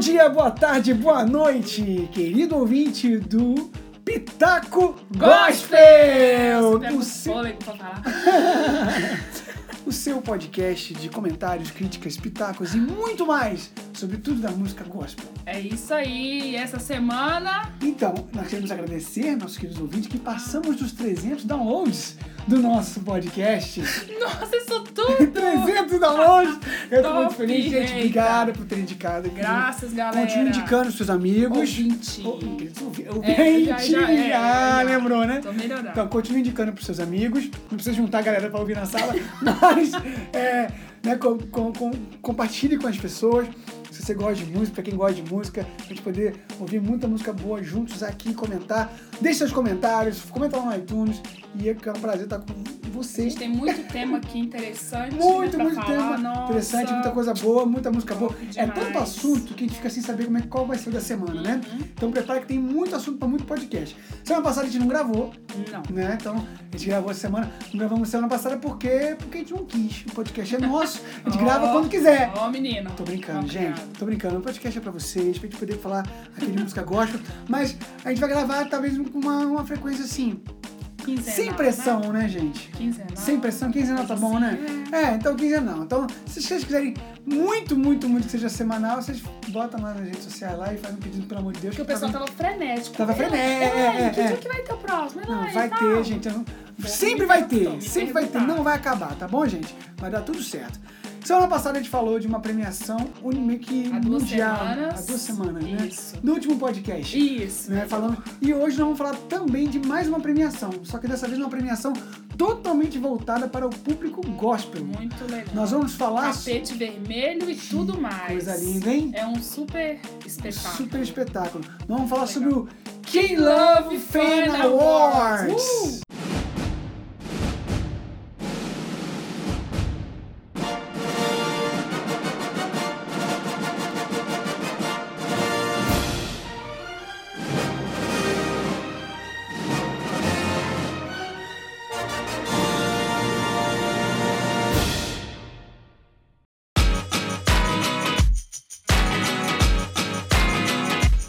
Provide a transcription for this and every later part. dia, boa tarde, boa noite, querido ouvinte do Pitaco Gospel! Gospel! O O seu, fôlego é pra falar. o seu podcast de comentários, críticas, pitacos e muito mais sobre tudo da música gospel. É isso aí. Essa semana Então, nós queremos agradecer, nossos queridos ouvintes, que passamos dos 300 downloads do nosso podcast. Nossa, isso tudo! 300 downloads! Eu tô Top, muito feliz, gente. eita. Obrigado por ter indicado. Graças, galera. Continue indicando os seus amigos. Ouvinte. É, já- Ouvinte. já- é, Ah, já. lembrou, né? Tô melhorando. Então, continue indicando pros seus amigos. Não precisa juntar a galera pra ouvir na sala, mas é, né, com- com- com- compartilhe com as pessoas. Se você gosta de música, pra quem gosta de música, a gente poder ouvir muita música boa juntos aqui, comentar. Deixe seus comentários, comenta lá no iTunes. E é que é um prazer estar com a vocês. gente tem muito tema aqui interessante. Muito, né, pra muito falar. tema Nossa. interessante, muita coisa boa, muita música boa. Top É tanto demais. Uhum. assunto que a gente fica sem saber como é, qual vai ser o da semana, né? Então prepara que tem muito assunto pra muito podcast. Semana passada a gente não gravou, Não. né? Então a gente gravou essa semana, não gravamos semana passada porque, porque a gente não quis. O podcast é nosso, a gente Ó, grava quando quiser. Ó, menino. É. Tô brincando, Ó, gente. obrigado. Tô brincando. O podcast é pra vocês, pra gente poder falar aquele música gospel. Mas a gente vai gravar talvez com uma, uma frequência assim, Quinzenal, sem pressão, né gente? Né? Quinzenal. Sem pressão, quinzenal tá bom, né? Sim. É, então quinzenal. Então, se vocês quiserem muito, muito, muito que seja semanal, vocês botam lá nas redes sociais lá e fazem um pedido, pelo amor de Deus. Porque o pessoal tá- tava frenético. Tava Ei, frenético, ei, é, Que é. dia que vai ter o próximo? Ei, Não, e vai tal. ter, gente. eu não- Vou Sempre me vai perguntar, ter, me sempre vai ter. perguntar. Não vai acabar, tá bom, gente? Vai dar tudo certo. Semana passada a gente falou de uma premiação uni- meio que Há duas mundial. semanas. Há duas semanas, né? Isso. No último podcast. Isso. né, falando. E hoje nós vamos falar também de mais uma premiação, só que dessa vez uma premiação totalmente voltada para o público gospel. Muito legal. Nós vamos falar Tapete vermelho e tudo mais. Coisa linda, hein? É um super espetáculo. Super espetáculo. Nós vamos falar Legal. sobre o King Love Fan Fan Awards. Awards. Uh!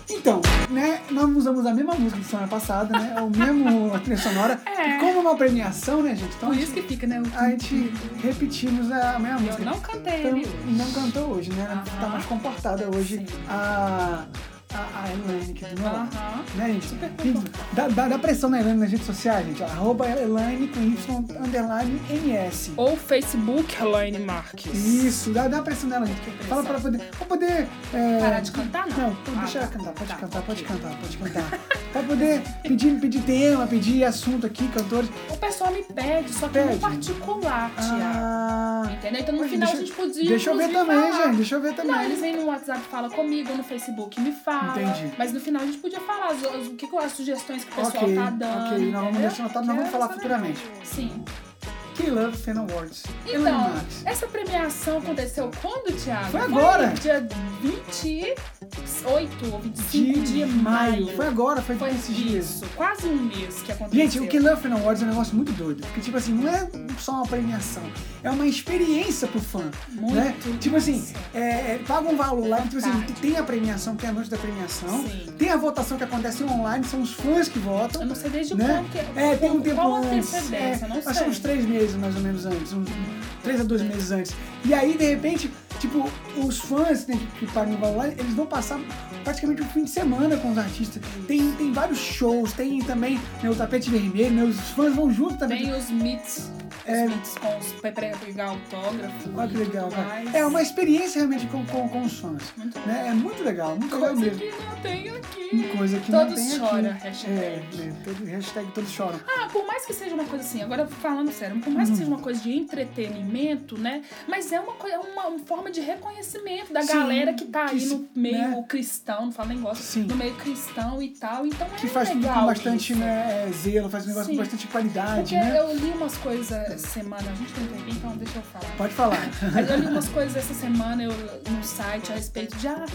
Então, né, nós usamos a mesma música de semana passada, né? É O mesmo a trilha sonora. É. E Como é uma premiação, né, gente? Então, Por isso que fica, né? o- a gente repetimos a mesma música. Eu não cantei Então, ele hoje. não cantou hoje, né? Ela Aham. Tá mais comportada hoje Sim. a, a, a Elaine aqui do meu lado. Aham. Né, gente? Super Gente, Dá, dá, dá pressão na Elaine nas redes sociais, gente. Arroba Elaine com Y underline NS. Ou Facebook, Elaine Marques. Isso, dá, dá pressão nela, gente. Fala pra ela poder. Pra poder. é, Parar de cantar, não? Não, pô, Ah, deixa ela tá. cantar, pode Tá, cantar, pode ok. cantar, pode cantar. pra poder pedir, pedir tema, pedir assunto aqui, cantores. O pessoal me pede, só que Pede. no particular, Tiago. Ah, Entendeu? Então no Poxa, final deixa- a gente podia. deixa eu ver inclusive, também, falar. gente, deixa eu ver Não, também. eles vêm no WhatsApp fala comigo, no Facebook me fala. Entendi. Mas no final a gente podia falar as, as- o que, que- as sugestões que o pessoal ok, tá dando. ok, nós vamos entendeu? deixar anotado, nós vamos Quero falar saber. futuramente. Sim. Que Love Fan Awards. é Elaine Então, Marx. essa premiação aconteceu quando, Thiago? Foi agora. Dia 28 ou 25 de, é de, maio. maio. Foi agora, foi, Foi esses dias. isso, quase um mês que aconteceu. Gente, o Que Love Fan Awards é um negócio muito doido. Porque, tipo assim, não é só uma premiação, é uma experiência pro fã. Muito né? Tipo assim, massa. é, é, paga um valor lá, que, tipo assim, Verdade. tem a premiação, tem a noite da premiação, Sim. tem a votação que acontece online, são os fãs que votam. Eu não sei desde né? quando que É, tem um qual- tempo qual a antes. antecedência, é, eu não acho que sei. uns três meses mais ou menos antes, uns três a dois meses antes. E aí, de repente, tipo, os fãs né, que, que pagam o valor lá, eles vão passar praticamente um fim de semana com os artistas. Tem, tem vários shows, tem também né, o tapete vermelho, né, os fãs vão junto também. Tem os meets, É. os meets com os pra pra pegar autógrafo. Olha que e legal, tudo cara. mais. É uma experiência realmente com, com, com os fãs. Muito legal. Né? É muito legal, muito legal Coisa mesmo. que não tem aqui. Uma coisa que não Todos tem choram, aqui. hashtag. É, né, todo- hashtag todos choram. Ah, por mais que seja uma coisa assim, agora falando sério, por mais que seja uma coisa de entretenimento, né? Mas é uma, coi- é uma, uma forma de reconhecimento da Sim, galera que tá que aí se- no meio né? cristão, não fala nem gosta, Sim. no meio cristão e tal. Então Que é faz tudo legal com bastante isso. né, é, zelo, faz um negócio Sim. com bastante qualidade, Porque né? eu li umas coisas essa semana, a gente tem tempo, então deixa eu falar. Pode falar. Mas eu li umas coisas essa semana eu, no site a respeito de ah,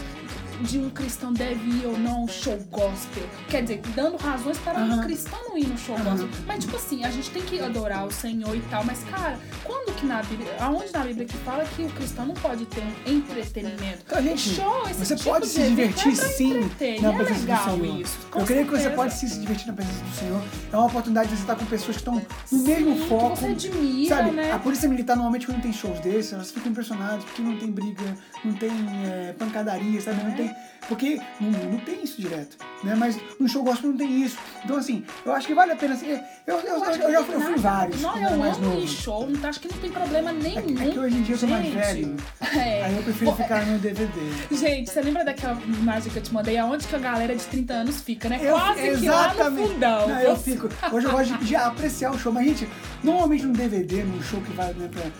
de um cristão deve ir ou não ao show gospel. Quer dizer, dando razões para um Aham. cristão não ir no show Aham. gospel. Mas, tipo assim, a gente tem que adorar o Senhor e tal. Mas, cara, quando que na Bíblia. Aonde na Bíblia que fala que o cristão não pode ter um entretenimento? Cara, Então, gente, O show, esse Você tipo pode de se evento divertir é pra sim entreter, na e é presença legal do Senhor. isso, com eu creio que você certeza. pode sim se divertir na presença do Senhor. É uma oportunidade de você estar com pessoas que estão no Sim, mesmo que foco. Você admira, Sabe, né? a polícia militar normalmente quando tem shows desses, elas ficam impressionadas porque não tem briga, não tem é, pancadaria, sabe? Não É. tem. Porque não, não tem isso direto, né? Mas no show gospel não tem isso. Então, assim, eu acho que vale a pena. assim, eu, eu, eu, acho eu que já não fui, tem eu fui nada. vários. Não, quando eu eu era mais amo ir em novo. show, não tá- acho que não tem problema É nenhum. que hoje em dia eu sou mais Gente, velho. É. Aí eu prefiro Pô, ficar no DVD. Gente, você lembra daquela imagem que eu te mandei? Aonde que a galera de 30 anos fica, né? Eu- Quase que lá no exatamente. fundão. Não, eu fico. Hoje eu gosto de, de apreciar o show. Mas, gente, normalmente num DVD, num show que vai né, pra, né,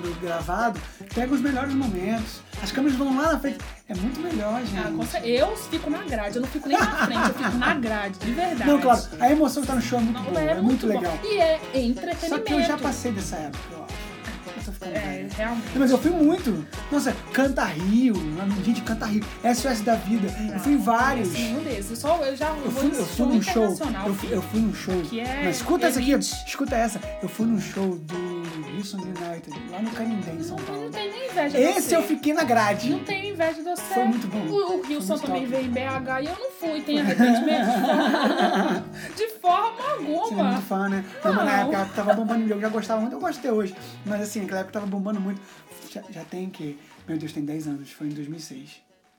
pro gravado, pega os melhores momentos. As câmeras vão lá na frente. É muito melhor, gente. Ah, com certeza. eu fico na grade, eu não fico nem na frente, eu fico na grade, de verdade. Não, claro, a emoção que tá no show é muito Não, boa, é é muito legal. Bom. E é Só entretenimento. que eu já passei dessa época, eu acho. Eu tô ficando É, velho. realmente. Mas eu fui muito. Nossa, Canta Rio, gente, Canta Rio, SOS da Vida. eu Ah, fui em vários. Esse é um desses. Só eu já Eu vou fui, eu fui num show. internacional. Eu fui, eu fui num show. Aqui é Mas escuta essa aqui, elite. escuta essa. Eu fui num show do Wilson United, lá no Canindé, em São Não, não Paulo. tem nem inveja de Esse você. eu fiquei na grade. Não tenho inveja de você. Foi muito bom. O, o Wilson muito também top. veio em BH e eu não fui. Tem arrependimento de forma- de forma Você não é muito alguma. fã, né? Não, mas Não. na época eu tava bombando, eu já gostava muito, eu gosto até hoje. Mas assim, naquela época eu tava bombando muito. Já, já tem que. Meu Deus, tem 10 anos, foi em 2006.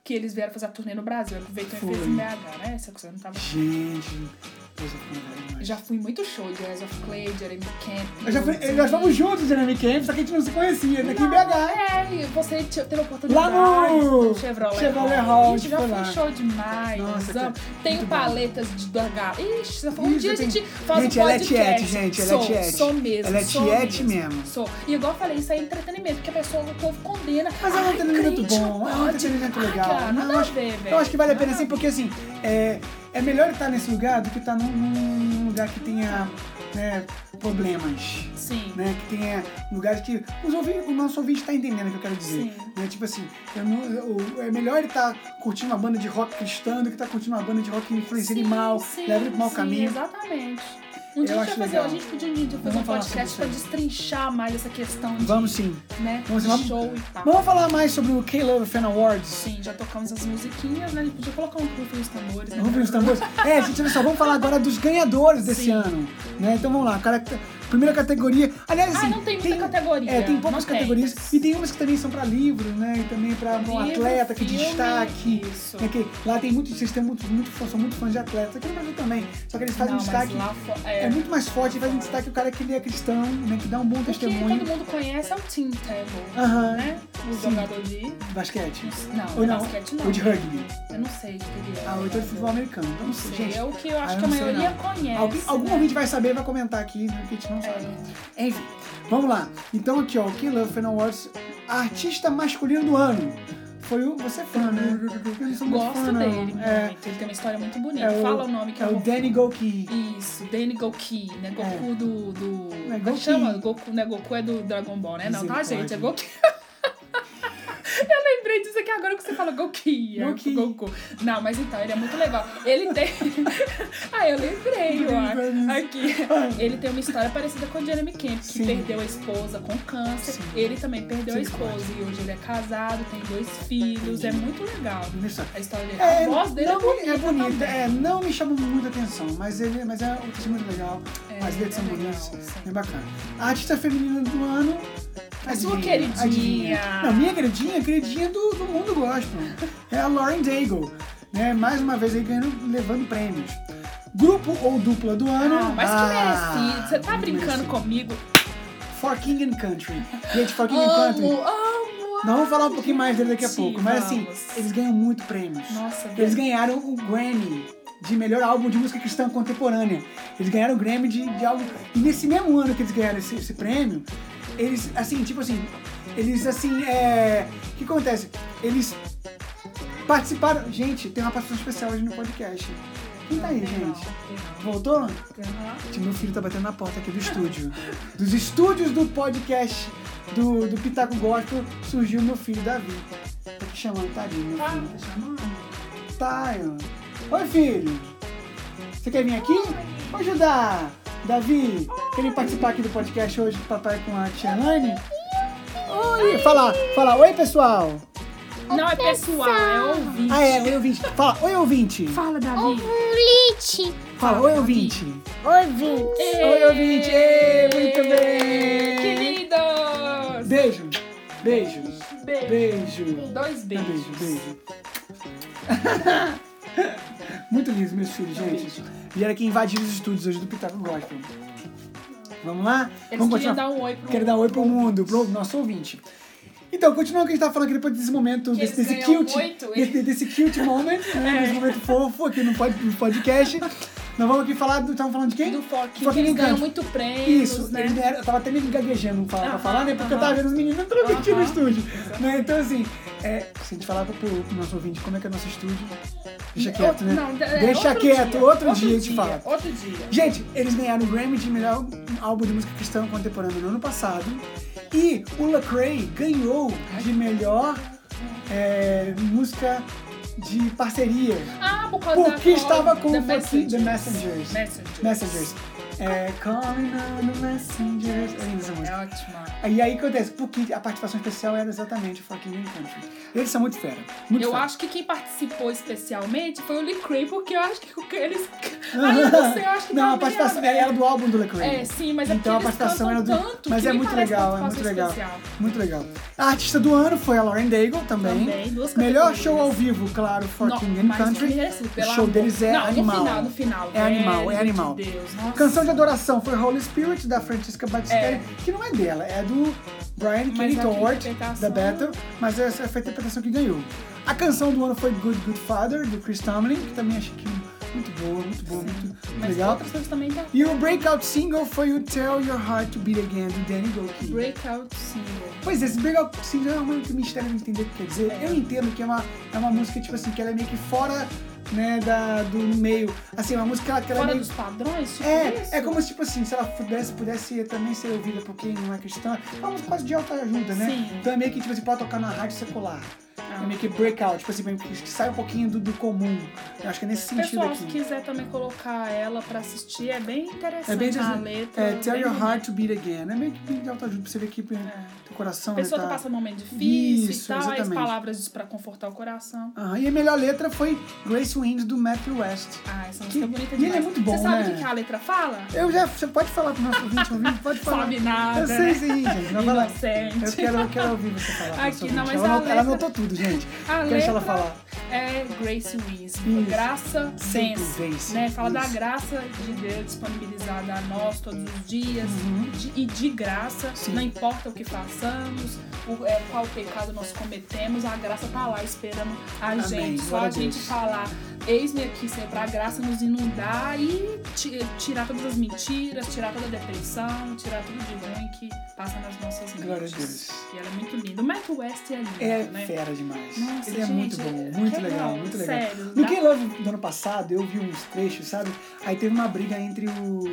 Que eles vieram fazer a turnê no Brasil. Aproveitou e Foi. fez em BH, né? Essa coisa não tava. Gente, Deus, eu fico velho demais. Já fui em muito show de Eyes of Clay, Jeremy Camp. Eu já fui, nós fomos juntos, né, Jeremy Camp, só que a gente não se conhecia, daqui em BH. É, e você te- teve a oportunidade Lá no Chevrolet, Chevrolet Hall, Gente, já foi foi lá. show demais. Nossa, amo. cara, Tenho muito paletas de da Gala. Ixi, um Isso, dia a tem- gente faz Gente, um ela é podcast. tiete, gente, ela é sou, tiete. Sou mesmo, Ela é sou tiete mesmo. mesmo. Sou. E igual eu falei, isso aí é entretenimento, porque a pessoa, o povo condena. Mas é um Ai, entretenimento crente, bom, é um pode. entretenimento Ai, legal. Cara, Não, nada eu a acho- ver, velho. Eu acho que vale a Nada pena sim, porque assim, é, é melhor estar nesse lugar do que estar num, num lugar que tenha né, problemas. Sim. Né, que tenha lugares que os ouvi- o nosso ouvinte está entendendo o que eu quero dizer. Sim. Né, tipo assim, eu não- eu- é melhor ele estar curtindo uma banda de rock cristã do que estar curtindo uma banda de rock que influencia ele Sim, mal, sim, leva ele pro mau sim, caminho. Exatamente. Um dia Eu a gente acho vai fazer, legal. a gente podia um dia fazer Vamos um falar podcast pra sobre isso. destrinchar mais essa questão de, Vamos sim. né, Vamos, de vamos- show e tal. Vamos falar mais sobre o K-Love Fan Awards. Sim, já tocamos as musiquinhas, né? A gente podia colocar um rufem os tambores, né? Vamos ver os tambores. É, gente, olha só, vamos falar agora dos ganhadores desse Sim. ano. Né? Então vamos lá, cara, primeira categoria. Aliás, Ah, assim, não tem muita categoria, É, tem poucas não tem. categorias. E tem umas que também são pra livro, né? E também pra um Livro, atleta que filme, destaque. isso. Né? Que lá tem muitos, vocês têm muito, muito, fã- são muito fãs de atletas. Aqui no Brasil também. Só que eles fazem Não, um mas destaque. lá fo- É. é, muito mais forte, fazem destaque o cara que ele é cristão, né? Que dá um bom o que testemunho. todo mundo conhece é o Tim Tebow, Aham. né? O Sim. jogador de... Basquete. Não, Ou de não, basquete não. ou de rugby. Eu não sei o que ele é. Ah, ou então é futebol americano. Então não sei, Sei, gente. é o que eu acho Ah, que a não sei, maioria não. conhece. Algum, algum né? É, ouvinte vai saber e vai comentar aqui, né, que a gente não sabe. Enfim, vamos lá. Então aqui, ó, o Key Love Fan Awards, artista masculino do ano. Foi o... Você é fã, né? Eu não sou muito Gosto fã, não. dele É, muito. Ele tem uma história muito bonita. é Fala o nome que É eu o vou... Danny Goki. Isso, Danny Goki, né? Goku do... do... É, Como Goki. chama? Goku, né? Goku é do Dragon Ball, né? Não, tá, Misericórdia. gente? É Goki. Eu lembrei disso aqui agora que você fala Goki. é Goki. Goku. Não, mas então, ele é muito legal. Ele tem... ah, eu lembrei, Tudo ó. bem, vai nisso. Aqui. Ele tem uma história parecida com o Jeremy Camp, que Sim. perdeu a esposa com câncer. Sim. Ele também perdeu a Sim, claro. esposa. E hoje ele é casado, tem dois filhos. É muito legal. Olha só. A história dele. É, a voz dele não, é bonita. também. é, não me chamou muita atenção, mas, ele, mas é um texto muito legal. É, as letras são é legal, bonitas, sim. é bacana. A artista feminina do ano. é A sua adivinha, queridinha. adivinha. Não, minha queridinha, queridinha do, do mundo gospel. É a Lauren Daigle. Né? Mais uma vez aí ganhando, levando prêmios. Grupo ou dupla do ano. Ah, mas Ah, que merecido. Você tá muito brincando merecido. comigo? For King and Country. Gente, For King and Country. Amo, amo. Nós vamos falar um pouquinho mais dele daqui a Sim, pouco, mas assim, vamos. eles ganham muito prêmios. Nossa, é Eles velho. ganharam o Grammy de melhor álbum de música cristã contemporânea. Eles ganharam o Grammy de, de álbum. E nesse mesmo ano que eles ganharam esse, esse prêmio, eles, assim, tipo assim, eles assim, é. O que acontece? Eles participaram. Gente, tem uma participação especial hoje no podcast. Quem tá aí, gente? Voltou? Gente, Meu filho tá batendo na porta aqui do estúdio. Dos estúdios do podcast do, do Pitaco Gospel surgiu meu filho Davi. Tô te chamando, tadinho. Tá, Tá. tá chamando. Taio. é. Oi, filho. Você quer vir aqui? Vou ajudar. Davi, quer vir participar aqui do podcast hoje do papai com a tia Anne? Oi. Fala, fala. Oi, pessoal. Não é pessoal, é ouvinte. Ah, é. Oi, ouvinte. Fala. Oi, ouvinte. Fala, Davi. Ouvinte. Fala. Oi, ouvinte. Ouvinte. Oi, ouvinte. Ê, muito bem. Que lindos. Beijo. Beijo. Beijo. Beijo. Dois Beijo, beijos. beijo. Muito lindo, meus filhos, gente. Vieram aqui invadir os estúdios hoje do Pitaco Gospel. Vamos lá? Eles Vamos queriam dar um oi pro Quero dar um oi pro mundo, pro nosso ouvinte. Então, continuando o que a gente tava falando aqui depois desse momento, Que desse, eles desse ganham cute, oito, hein? desse, desse cute moment, né, desse momento fofo aqui no pod- no podcast. Nós vamos aqui falar do... Estavam falando de quem? do Foquinha, um Foquinha que eles ganham Encanto. muito prêmios, Isso, né? eles vieram- eu tava até meio gaguejando pra, pra Aham, falar, né? Porque eu tava aham. vendo os meninos transmitindo no Aham. estúdio. Né? Então, assim, é, se a gente falar pro, pro nosso ouvinte como é que é o nosso estúdio, deixa quieto, né? Não, é deixa outro quieto, dia, outro, dia, a gente fala. Outro dia. Gente, eles ganharam o Grammy de melhor álbum de música cristã contemporânea no ano passado. E o Lecrae ganhou de melhor é, música de parceria. Ah, por causa da Porque cor- estava com da o Foquinha The Messengers. Messengers. Messengers. É, calling on the Messengers. É linda essa música. É ótima. E aí o que acontece? Porque a participação especial era exatamente o Fucking Green Country. Eles são muito fera. Muito Eu fera. acho que quem participou especialmente foi o Lecrae, porque eu acho que o que eles... Ai, eu não sei, eu acho que Não, tava a participação meio- era do álbum do Lecrae. É, sim, mas é Então a porque eles participação era cantam do. tanto Mas que é nem muito parece legal, é muito participação legal. especial. Muito legal. A artista do ano foi a Lauren Daigle também. Também, duas Melhor categorias. show ao vivo, claro, Fucking Green mas é Country. merecido, O pelo show amor. deles é não, animal. No final, no final. É animal, é velho animal. De Deus, nossa. Canção de adoração foi Holy Spirit, da Francisca Battistelli, É. que não é dela, é do Brian Mas Kenny a Tort, da interpretação- Battle, mas essa foi a interpretação que ganhou. A canção do ano foi Good Good Father, do Chris Tomlin, que também achei que muito boa, muito boa, muito Mas legal. outras coisas também tá... E o breakout single foi o Tell Your Heart to Beat Again, do Danny Goki. Breakout single. Pois é, esse breakout single é uma muito mistério de entender o que quer dizer. Eu entendo que é uma, é uma música, tipo assim, que ela é meio que fora né, da, do meio. Assim, uma música que ela é Fora meio dos padrões, tipo isso? é, é como se, tipo assim, se ela pudesse, pudesse também ser ouvida por quem não é cristã. É uma música quase de autoajuda, né? Sim. Então é meio que, tipo assim, pode tocar na rádio secular. Ah. É meio que breakout, tipo assim, meio que sai um pouquinho do, do comum. Eu acho que é nesse sentido Pessoal, se aqui. quiser também colocar ela pra assistir, é bem interessante É bem a interessante. letra. É, tell bem your bonita. heart to beat again. É meio que bem de autoajuda, pra você ver que né, É. teu coração A né, pessoa tá tá... passando um momento difícil Isso, e tal, aí as exatamente. palavras pra confortar o coração. Ah, e a melhor letra foi Grace Wind, do Matthew West. Ah, essa Que- música é bonita e ele é demais. muito bom, Você sabe né? o que que a letra fala? Eu já... Você pode falar pro nosso ouvinte, ouvinte? Pode falar. Sabe nada, Eu sei, né? sim, gente. Não vai lá. Inocente. Eu quero, eu quero ouvir você falar. pro Aqui, nosso ouvinte. não, mas ela, a anot- ela letra- anotou tudo, gente. A Quero letra deixar ela falar. é Grace Wins. Isso. Graça Sempre vence. vence. Né? Fala da Isso. graça de Deus disponibilizada a nós todos os dias Uhum. de- e de graça. Sim. Não importa o que façamos, o- é, qual pecado nós cometemos, a graça tá lá esperando a Amém. gente. Só Glória a a Deus. gente falar. Eis-me aqui, Senhor, para a graça nos inundar e ti- tirar todas as mentiras, tirar toda a depressão, tirar tudo de ruim que passa nas nossas mentes. Glória a Deus. E ela é muito linda. O Matt West é lindo, É né? fera demais. Nossa, Ele é gente, muito bom, muito que legal, muito legal. Sério, No dá- Que Love do ano passado, eu vi uns trechos, sabe? Aí teve uma briga entre o.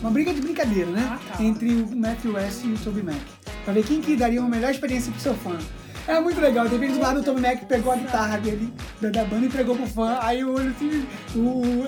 Uma briga de brincadeira, né? Ah, tá. Entre o Matthew West e o Toby Mac. Pra ver quem que daria uma melhor experiência pro seu fã. Era muito legal, de repente do lado o Tommy Mac pegou a guitarra dele, da, da banda, e entregou pro fã. Aí o olho assim, o,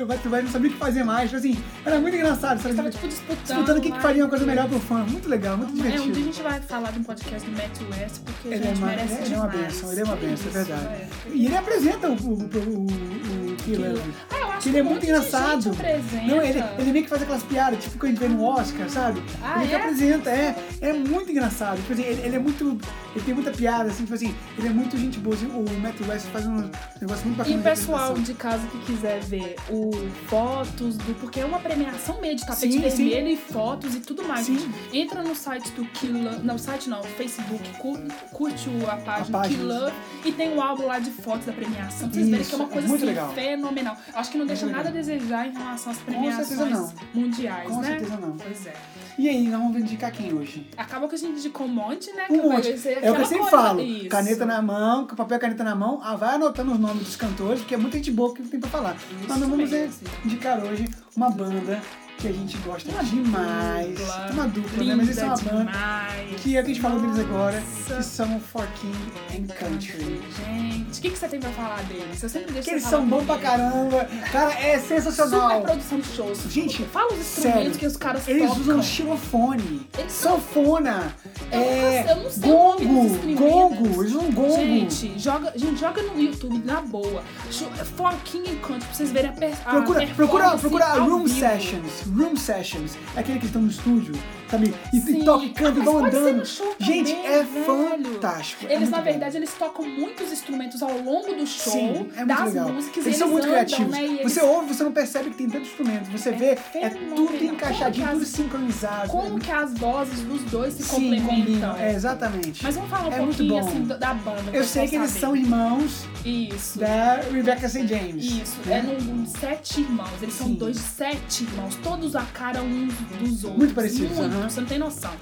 o Matthew West não sabia o que fazer mais. Tipo Assim, era muito engraçado, sabe? Tava, tipo, disputando. Disputando quem que lá. faria uma coisa melhor pro fã. Muito legal, muito É, um divertido. dia a gente vai falar de um podcast do Matt West, porque Ele a gente é uma- merece ele é uma demais. benção, ele é uma Que benção, é isso, verdade. velho. E ele apresenta o, o, o, o, o Killer. Ah, eu acho Ele é um muito monte de engraçado. gente apresenta. Não, ele, ele meio que faz aquelas piadas, tipo quando a gente vê no Oscar, sabe? então. Ah, ele que é? apresenta, é. É muito engraçado. Tipo assim, ele, ele é muito. Ele tem muita piada, assim, tipo assim, ele é muito gente boa. assim, o Matt West faz um negócio muito bacana. E de pessoal apresentação. de casa que quiser ver o fotos do. Porque é uma premiação meio de tapete Sim, vermelho e fotos e tudo mais. Sim. gente. Entra no site do Kill Love. Não, site não, Facebook, cu- curte o- a página, página. Kill Love e tem um álbum lá de fotos da premiação. Pra vocês verem que é uma Isso, coisa muito assim, legal. É fenomenal. Acho que não deixa Muito nada a legal. desejar em relação às certeza premiações mundiais, Com né? certeza não. Pois é. E aí, nós vamos indicar quem hoje? Acaba que a gente indicou um monte, né? Um Que vai monte. ser É o que aquela eu sempre coisa. falo. Isso. Caneta na mão, com papel e caneta na mão, ah, vai anotando os nomes dos cantores, porque é muita gente boa que tem pra falar. Isso Mas nós vamos mesmo. indicar hoje uma banda que a gente gosta Uma demais. dupla Uma dupla, né? Linda Mas isso é uma banda demais. que é o que a gente falou deles agora, Nossa. que são Forking and Country. Gente, o que, que você tem pra falar deles? Eu sempre deixo Que eles você falar são bons pra primeiro. caramba. Cara, é Super sensacional. produção de shows. Gente, fala os instrumentos sério, que os caras Eles tocam. usam xilofone, Eles são- sanfona, Eu não é, sei- eu não sei o que gongo, eles escrevem, né? gongo, eles usam gongo. Gente, joga, gente, joga no YouTube, na boa. Cho- Foquinha e canto, pra vocês verem a, per, a Procura, procura, performance procura ah, é ao Room vivo. Sessions. Room Sessions. É aquele que estão no estúdio, sabe? E, Sim. e toca e canta e Ah, vão mas pode ser andando. no show Gente, também, é velho. fantástico. é Eles, muito na bom. verdade, eles tocam muitos instrumentos ao longo do show, Sim, é muito das legal. músicas, Eles, são muito andam, criativos. né? E eles- Você ouve, você não percebe que tem tanto instrumento. Você vê, é tudo fenomenal. encaixadinho, Como que tudo as- sincronizado. né? como que as vozes dos dois se Sim, complementam. combinam. É, exatamente. então? Mas vamos falar um É muito pouquinho bom. assim do- da banda. pra Eu sei vocês que eles são saberem. irmãos Isso. da Rebecca St. James. Isso, né? é num sete irmãos. Eles são Sim. dois de sete irmãos, todos a cara um dos outros. Muito parecidos, Muito, aham. você não tem noção.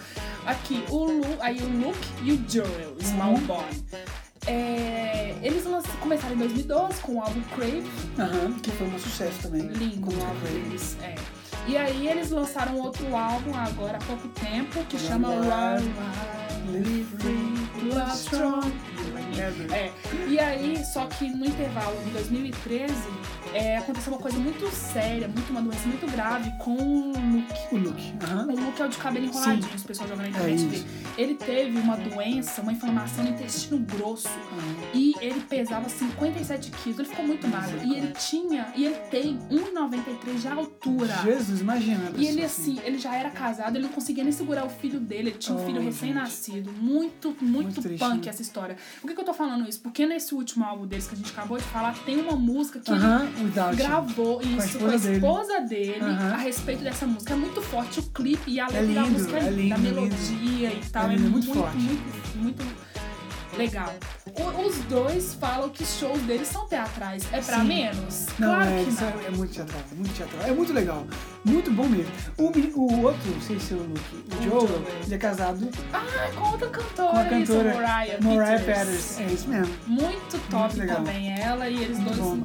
Aqui, o Lu, aí o Luke e o Joel, Uhum. Smallbone. É, eles lan- começaram em 2012 com o álbum Crave, Aham, que foi um sucesso também. lindo Como o álbum deles. É. E aí eles lançaram outro álbum agora há pouco tempo que Run, chama Run, Run, Run, Live Live Free, Free, Love Love Strong. Ever. É, e aí, só que no intervalo de 2013, é, aconteceu uma coisa muito séria, muito, uma doença muito grave com o Luke. O Luke. Aham. O Luke é o de cabelo enroladinho, os pessoal jogam na internet isso. dele. Ele teve uma doença, uma inflamação no intestino grosso. E ele pesava 57 quilos, ele ficou muito magro. E ele tinha, e ele tem 1,93 de altura. Jesus, imagina. a E ele pessoa assim, ele já era casado, ele não conseguia nem segurar o filho dele, ele tinha um Oh, filho gente. recém-nascido. Muito, muito, Muito triste, punk né? essa história. Por que, que eu tô falando isso? Porque nesse último álbum deles que a gente acabou de falar, tem uma música que ele Aham, without. gravou isso com a esposa dele. esposa dele, Aham. a respeito dessa música. É muito forte o clipe e a letra da lindo, música, é da lindo, melodia e tal. É, lindo, é muito, muito muito, forte. muito, legal. O- os dois falam que shows deles são teatrais. É pra Sim. menos? Não, claro é, que isso não. é, é muito teatral, é muito teatral. É muito legal, muito bom mesmo. O, meni- o outro, não sei se é o Luke, O o Joel, Joel. ele é casado Ah, com outra cantora, com a isso, cantora Mariah, Mariah É Peters. Peters. É isso mesmo. Muito top Muito legal. também ela e eles Muito dois. bom.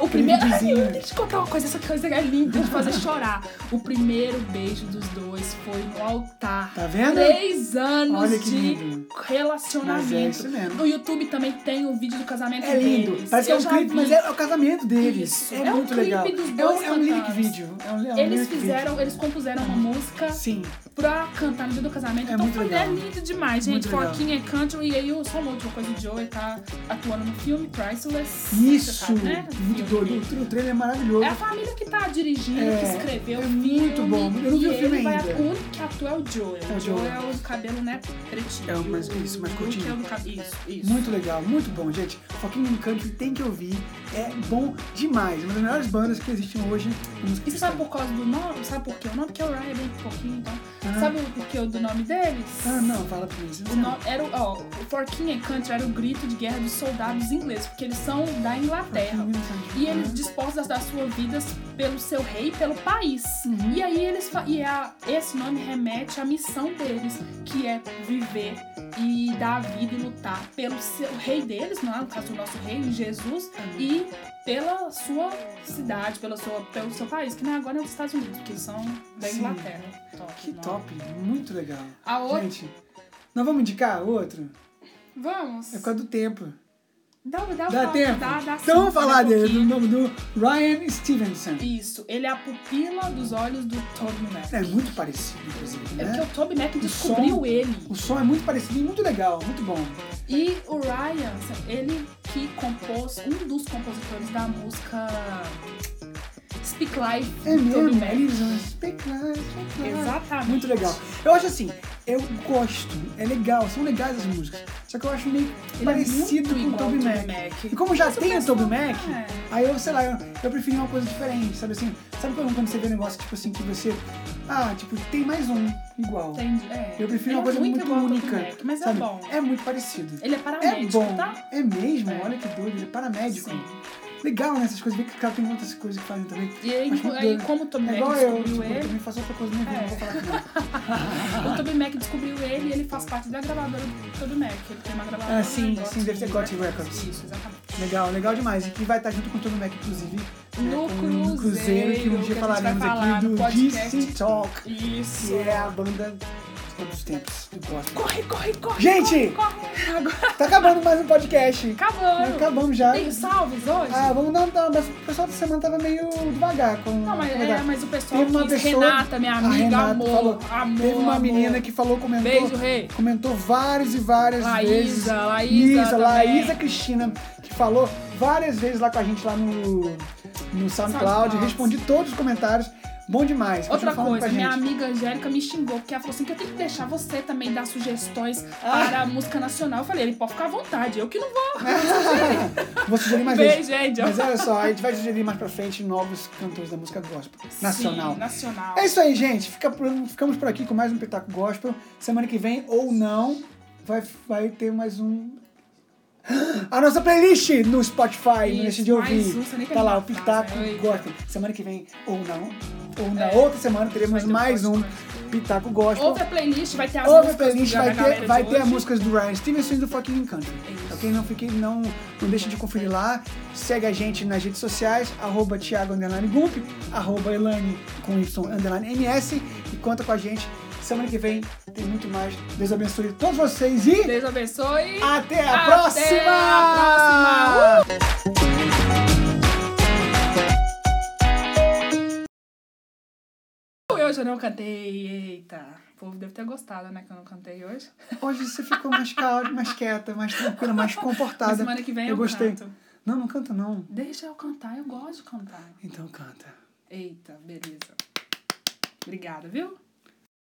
O primeiro. Ai, videozinho. eu tenho que te contar uma coisa, essa coisa é linda de fazer chorar. O primeiro beijo dos dois foi no altar. Tá vendo? Três anos Olha que de lindo. Mas é relacionamento. isso mesmo. No YouTube também tem o vídeo do casamento É lindo. deles. Parece que é Eu um já clipe, vi. mas é, é o casamento deles. Isso. É, É um muito clipe legal. dos é um, dois é um lyric cantados. video. É um, é um Eles lyric video. fizeram, eles compuseram uma música Sim, pra cantar no dia do casamento. É então muito foi legal. é lindo demais, gente. Muito legal. Foquinha é country. E aí, eu- só uma última coisa: o Joey tá atuando no filme Priceless. isso. Você sabe, né? Muito Filme. doido. O trailer é maravilhoso. É a família que tá dirigindo, É, que escreveu o é filme. muito bom. Eu não vi e o filme ele vai- ainda. o único que atua é o Joel. É o o Joel Joel. é o do cabelo, né, pretinho. É o mais- isso, mais O Luke curtinho. é o do cabelo. Isso, isso. Muito legal, muito bom, gente. Fucking in Country tem que ouvir. É bom demais. Uma das melhores bandas que existem hoje. na música E você cristã. sabe por causa do nome? Sabe por quê? O nome que é o Ryan é bem pouquinho, então. Ah. Sabe o porquê do nome deles? Ah, não, fala pra mim. você não O sabe. nome era, o- ó, o Forquinha e Country era o grito de guerra dos soldados ingleses, porque eles são da Inglaterra. Fucking in Country. E eles dispostos a dar suas vidas pelo seu rei e pelo país. Uhum. E aí eles fa- e a- esse nome remete à missão deles, que é viver e dar a vida e lutar pelo seu o rei deles, não é? no caso do nosso rei, Jesus, Uhum. e pela sua cidade, pela sua, pelo seu país, que não é agora é os Estados Unidos, que são da Sim. Inglaterra. Top, Que não é? top, muito legal. A outra. Gente, nós vamos indicar outro? Vamos. É por causa do tempo. Dá, dá, Dá dá, tempo? Dá, assim, dá sim, então vamos falar daqui a dele, do pouquinho. nome do Ryan Stevenson. Isso, ele é a pupila dos olhos do Toby Mac. É muito parecido, inclusive, É porque né? o Toby Mac som- descobriu ele. O som é muito parecido e muito legal, muito bom. E o Ryan, ele que compôs, um dos compositores da música Speak Life, É do Toby mesmo, Mac. eles vão especular, especular. Exatamente. Muito legal. Eu acho assim, eu gosto, é legal, são legais as músicas. Só que eu acho meio Ele parecido com é muito o igual Toby ao Mac. E como já Mas o tem o pessoal- Toby Mac, é. aí eu, sei lá, eu, eu preferi uma coisa diferente, sabe assim? Sabe quando quando você vê um negócio, tipo assim, que você. Ah, tipo, tem mais um igual. Entendi. É. Eu prefiro Ele uma coisa é muito, muito igual ao Toby única. Mac, mas sabe? é bom. É muito parecido. Ele é É paramédico, bom. tá? É mesmo? É. Olha que doido, ele é paramédico. Sim. legal, né? Essas coisas, ver que o cara tem outras coisas que fazem também. E aí, Mas mudou, aí né? como o Tom É Mac igual eu, tipo, descobriu eu ele, É. também faço outra coisa na minha vida, não vou falar que não. o Toby Mac descobriu ele e ele faz parte da gravadora do Toby Mac. Ele tem uma gravadora. Ah, sim, Got sim, deve ser Got Records. Isso, exatamente. Legal, legal demais. E vai estar junto com o Tony Mac, inclusive. né, No com um Cruzeiro, que um que a dia gente falaremos vai falar aqui no do podcast. DC Talk, Isso. que é a banda de todos os tempos do gospel. Corre, corre, corre. Gente! Corre, corre. Agora Tá acabando mais um podcast. acabando. Acabamos já. Tem salves hoje? Ah, vamos dar um. Mas o pessoal da semana tava meio devagar com. Não, mas, com é, devagar. mas o pessoal Teve uma quis. pessoa- Renata, minha A amiga, Renata amor, falou. amor. Teve uma amor. menina que falou, comentou. Beijo, rei. Comentou várias e várias Laísa, vezes. Laísa Isa, também. Laísa Cristina, que falou várias vezes lá com a gente lá no, no SoundCloud. SoundCloud. Respondi todos os comentários. Bom demais. Continua Outra falando coisa, com a minha gente. amiga Angélica me xingou, porque ela falou assim que eu tenho que deixar você também dar sugestões Ah. para a música nacional. Eu falei, ele pode ficar à vontade, eu que não vou. Vou sugerir mais Beijo, vezes. gente. Mas é olha só, a gente vai sugerir mais pra frente novos cantores da música gospel nacional. Sim, nacional. É isso aí, gente. Fica por- ficamos por aqui com mais um Pitaco Gospel. Semana que vem, ou não, vai, vai ter mais um. A nossa playlist no Spotify, Isso, não deixe de ouvir. mais um, você nem tá lá, o terminou a frase, Pitaco né? Eita. Gospel. Semana que vem, ou não, ou na É. outra semana, teremos Vai ter mais um podcast. Pitaco Gospel. Ouve a playlist, vai ter as Ouve a músicas playlist, da vai galera ter, de vai ter hoje. É as músicas do Ryan Stevenson e do Fucking Country. Isso. Ok? Não, fique, não, não deixe de conferir lá. Segue a gente nas redes sociais, arroba Thiago Underline Gump, arroba Elane com Y Underline MS e conta com a gente. Semana que vem tem muito mais. Deus abençoe todos vocês e Deus abençoe. até a Até próxima! a próxima! Uh! Eu já não cantei, eita. O povo deve ter gostado, né, que eu não cantei hoje. Hoje você ficou mais calma, mais quieta, mais tranquila, mais comportada. Mas semana que vem eu, eu gostei. canto. Não, não canta não. Deixa eu cantar, eu gosto de cantar. Então canta. Eita, beleza. Obrigada, viu?